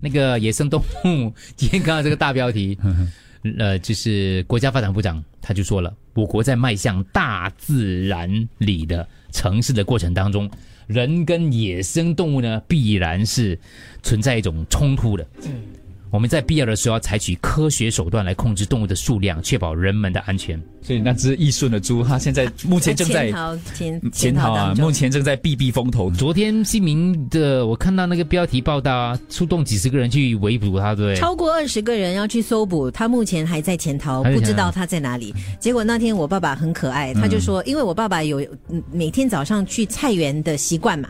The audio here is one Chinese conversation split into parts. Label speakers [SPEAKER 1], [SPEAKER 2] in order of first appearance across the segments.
[SPEAKER 1] 那个野生动物，今天看到这个大标题，呃，就是国家发展部长他就说了，我国在迈向大自然里的城市的过程当中，人跟野生动物呢必然是存在一种冲突的。我们在必要的时候要采取科学手段来控制动物的数量，确保人们的安全。
[SPEAKER 2] 所以那只易顺的猪，它现在目前正在
[SPEAKER 3] 潜逃潜
[SPEAKER 2] 潜逃啊
[SPEAKER 3] 当，中
[SPEAKER 2] 目前正在避避风头。
[SPEAKER 1] 昨天新民的我看到那个标题报道啊，出动几十个人去围捕他，对不对？
[SPEAKER 3] 超过二十个人要去搜捕，他目前还在潜逃，
[SPEAKER 1] 还在
[SPEAKER 3] 不
[SPEAKER 1] 潜逃
[SPEAKER 3] 知道他在哪里。结果那天我爸爸很可爱，
[SPEAKER 2] 嗯
[SPEAKER 3] 他就说，因为我爸爸有嗯每天早上去菜园的习惯嘛，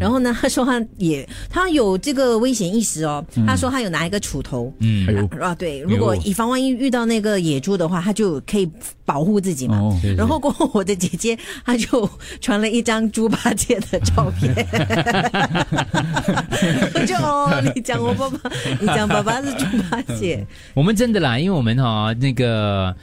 [SPEAKER 3] 然后呢，他说他也他有这个危险意识哦，他说他有拿一个锄头。
[SPEAKER 1] 嗯
[SPEAKER 2] 哎嗯呦
[SPEAKER 3] 啊，对，如果以防万一遇到那个野猪的话，他就可以保护自己嘛。
[SPEAKER 2] 哦，
[SPEAKER 1] 对
[SPEAKER 3] 然后过后，我的姐姐她就传了一张猪八戒的照 片，我就哦，你讲我爸爸，你讲爸爸是猪八戒，
[SPEAKER 1] 我们真的啦，因为我们哈、那个。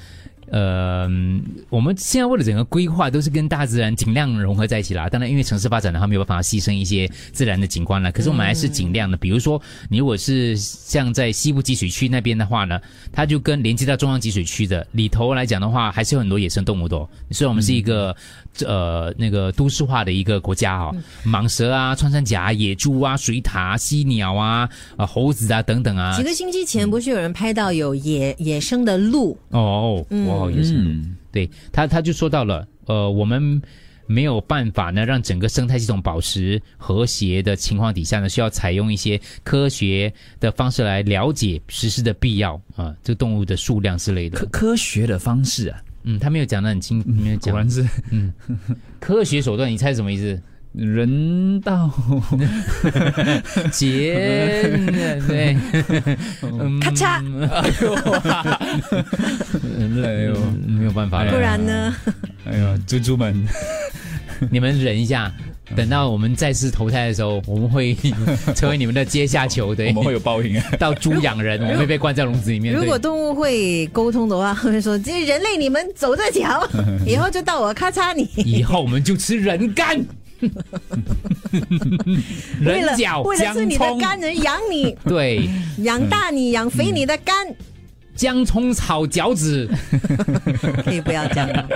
[SPEAKER 1] 呃，嗯我们现在为了整个规划都是跟大自然尽量融合在一起啦。当然，因为城市发展的话，没有办法牺牲一些自然的景观了。可是我们还是尽量的，比如说，你如果是像在西部集水区那边的话呢，它就跟连接到中央集水区的里头来讲的话，还是有很多野生动物的、哦。虽然我们是一个、呃那个都市化的一个国家哦，蟒蛇啊、穿山甲啊、野猪啊、水獭啊、犀鸟啊、呃猴子啊等等啊
[SPEAKER 3] 几。个星期前不是有人拍到有野野生的鹿？
[SPEAKER 1] 哦，哇，也是。
[SPEAKER 2] 嗯，
[SPEAKER 1] 对他，他就说到了，呃，我们没有办法呢，让整个生态系统保持和谐的情况底下呢，需要采用一些科学的方式来了解实施的必要啊、这动物的数量之类
[SPEAKER 2] 科嗯
[SPEAKER 1] 的。
[SPEAKER 2] 科学的方式啊，
[SPEAKER 1] 嗯，他没有讲的很清，没有
[SPEAKER 2] 果
[SPEAKER 1] 讲
[SPEAKER 2] 然是
[SPEAKER 1] 科学手段，你猜是什么意思？
[SPEAKER 2] 人 道。
[SPEAKER 1] 节，对，嗯
[SPEAKER 3] 咔嚓，
[SPEAKER 2] 哎呦，
[SPEAKER 1] 嗯没有办法
[SPEAKER 3] 不
[SPEAKER 1] 了，
[SPEAKER 3] 然呢？
[SPEAKER 2] 哎呦，猪猪们，
[SPEAKER 1] 你们忍一下。等到我们再次投胎的时候，我们会成为你们的阶下囚，对
[SPEAKER 2] 我，们会有报应啊！
[SPEAKER 1] 到猪养人，我们会被关在笼子里面。
[SPEAKER 3] 如
[SPEAKER 1] 对
[SPEAKER 3] 果动物会沟通的话，会说：“这人类你们走着瞧，
[SPEAKER 1] 嗯
[SPEAKER 3] 以后就到我咔 嚓你。”
[SPEAKER 1] 以后我们就吃人肝、
[SPEAKER 3] 为
[SPEAKER 1] 人
[SPEAKER 3] 了
[SPEAKER 1] 脚、
[SPEAKER 3] 为了吃你的
[SPEAKER 1] 姜葱，
[SPEAKER 3] 肝，人养你，
[SPEAKER 1] 对，
[SPEAKER 3] 养大你，养肥你的
[SPEAKER 1] 嗯
[SPEAKER 3] 肝，
[SPEAKER 1] 姜葱炒脚趾。
[SPEAKER 3] 可以不要这样吗？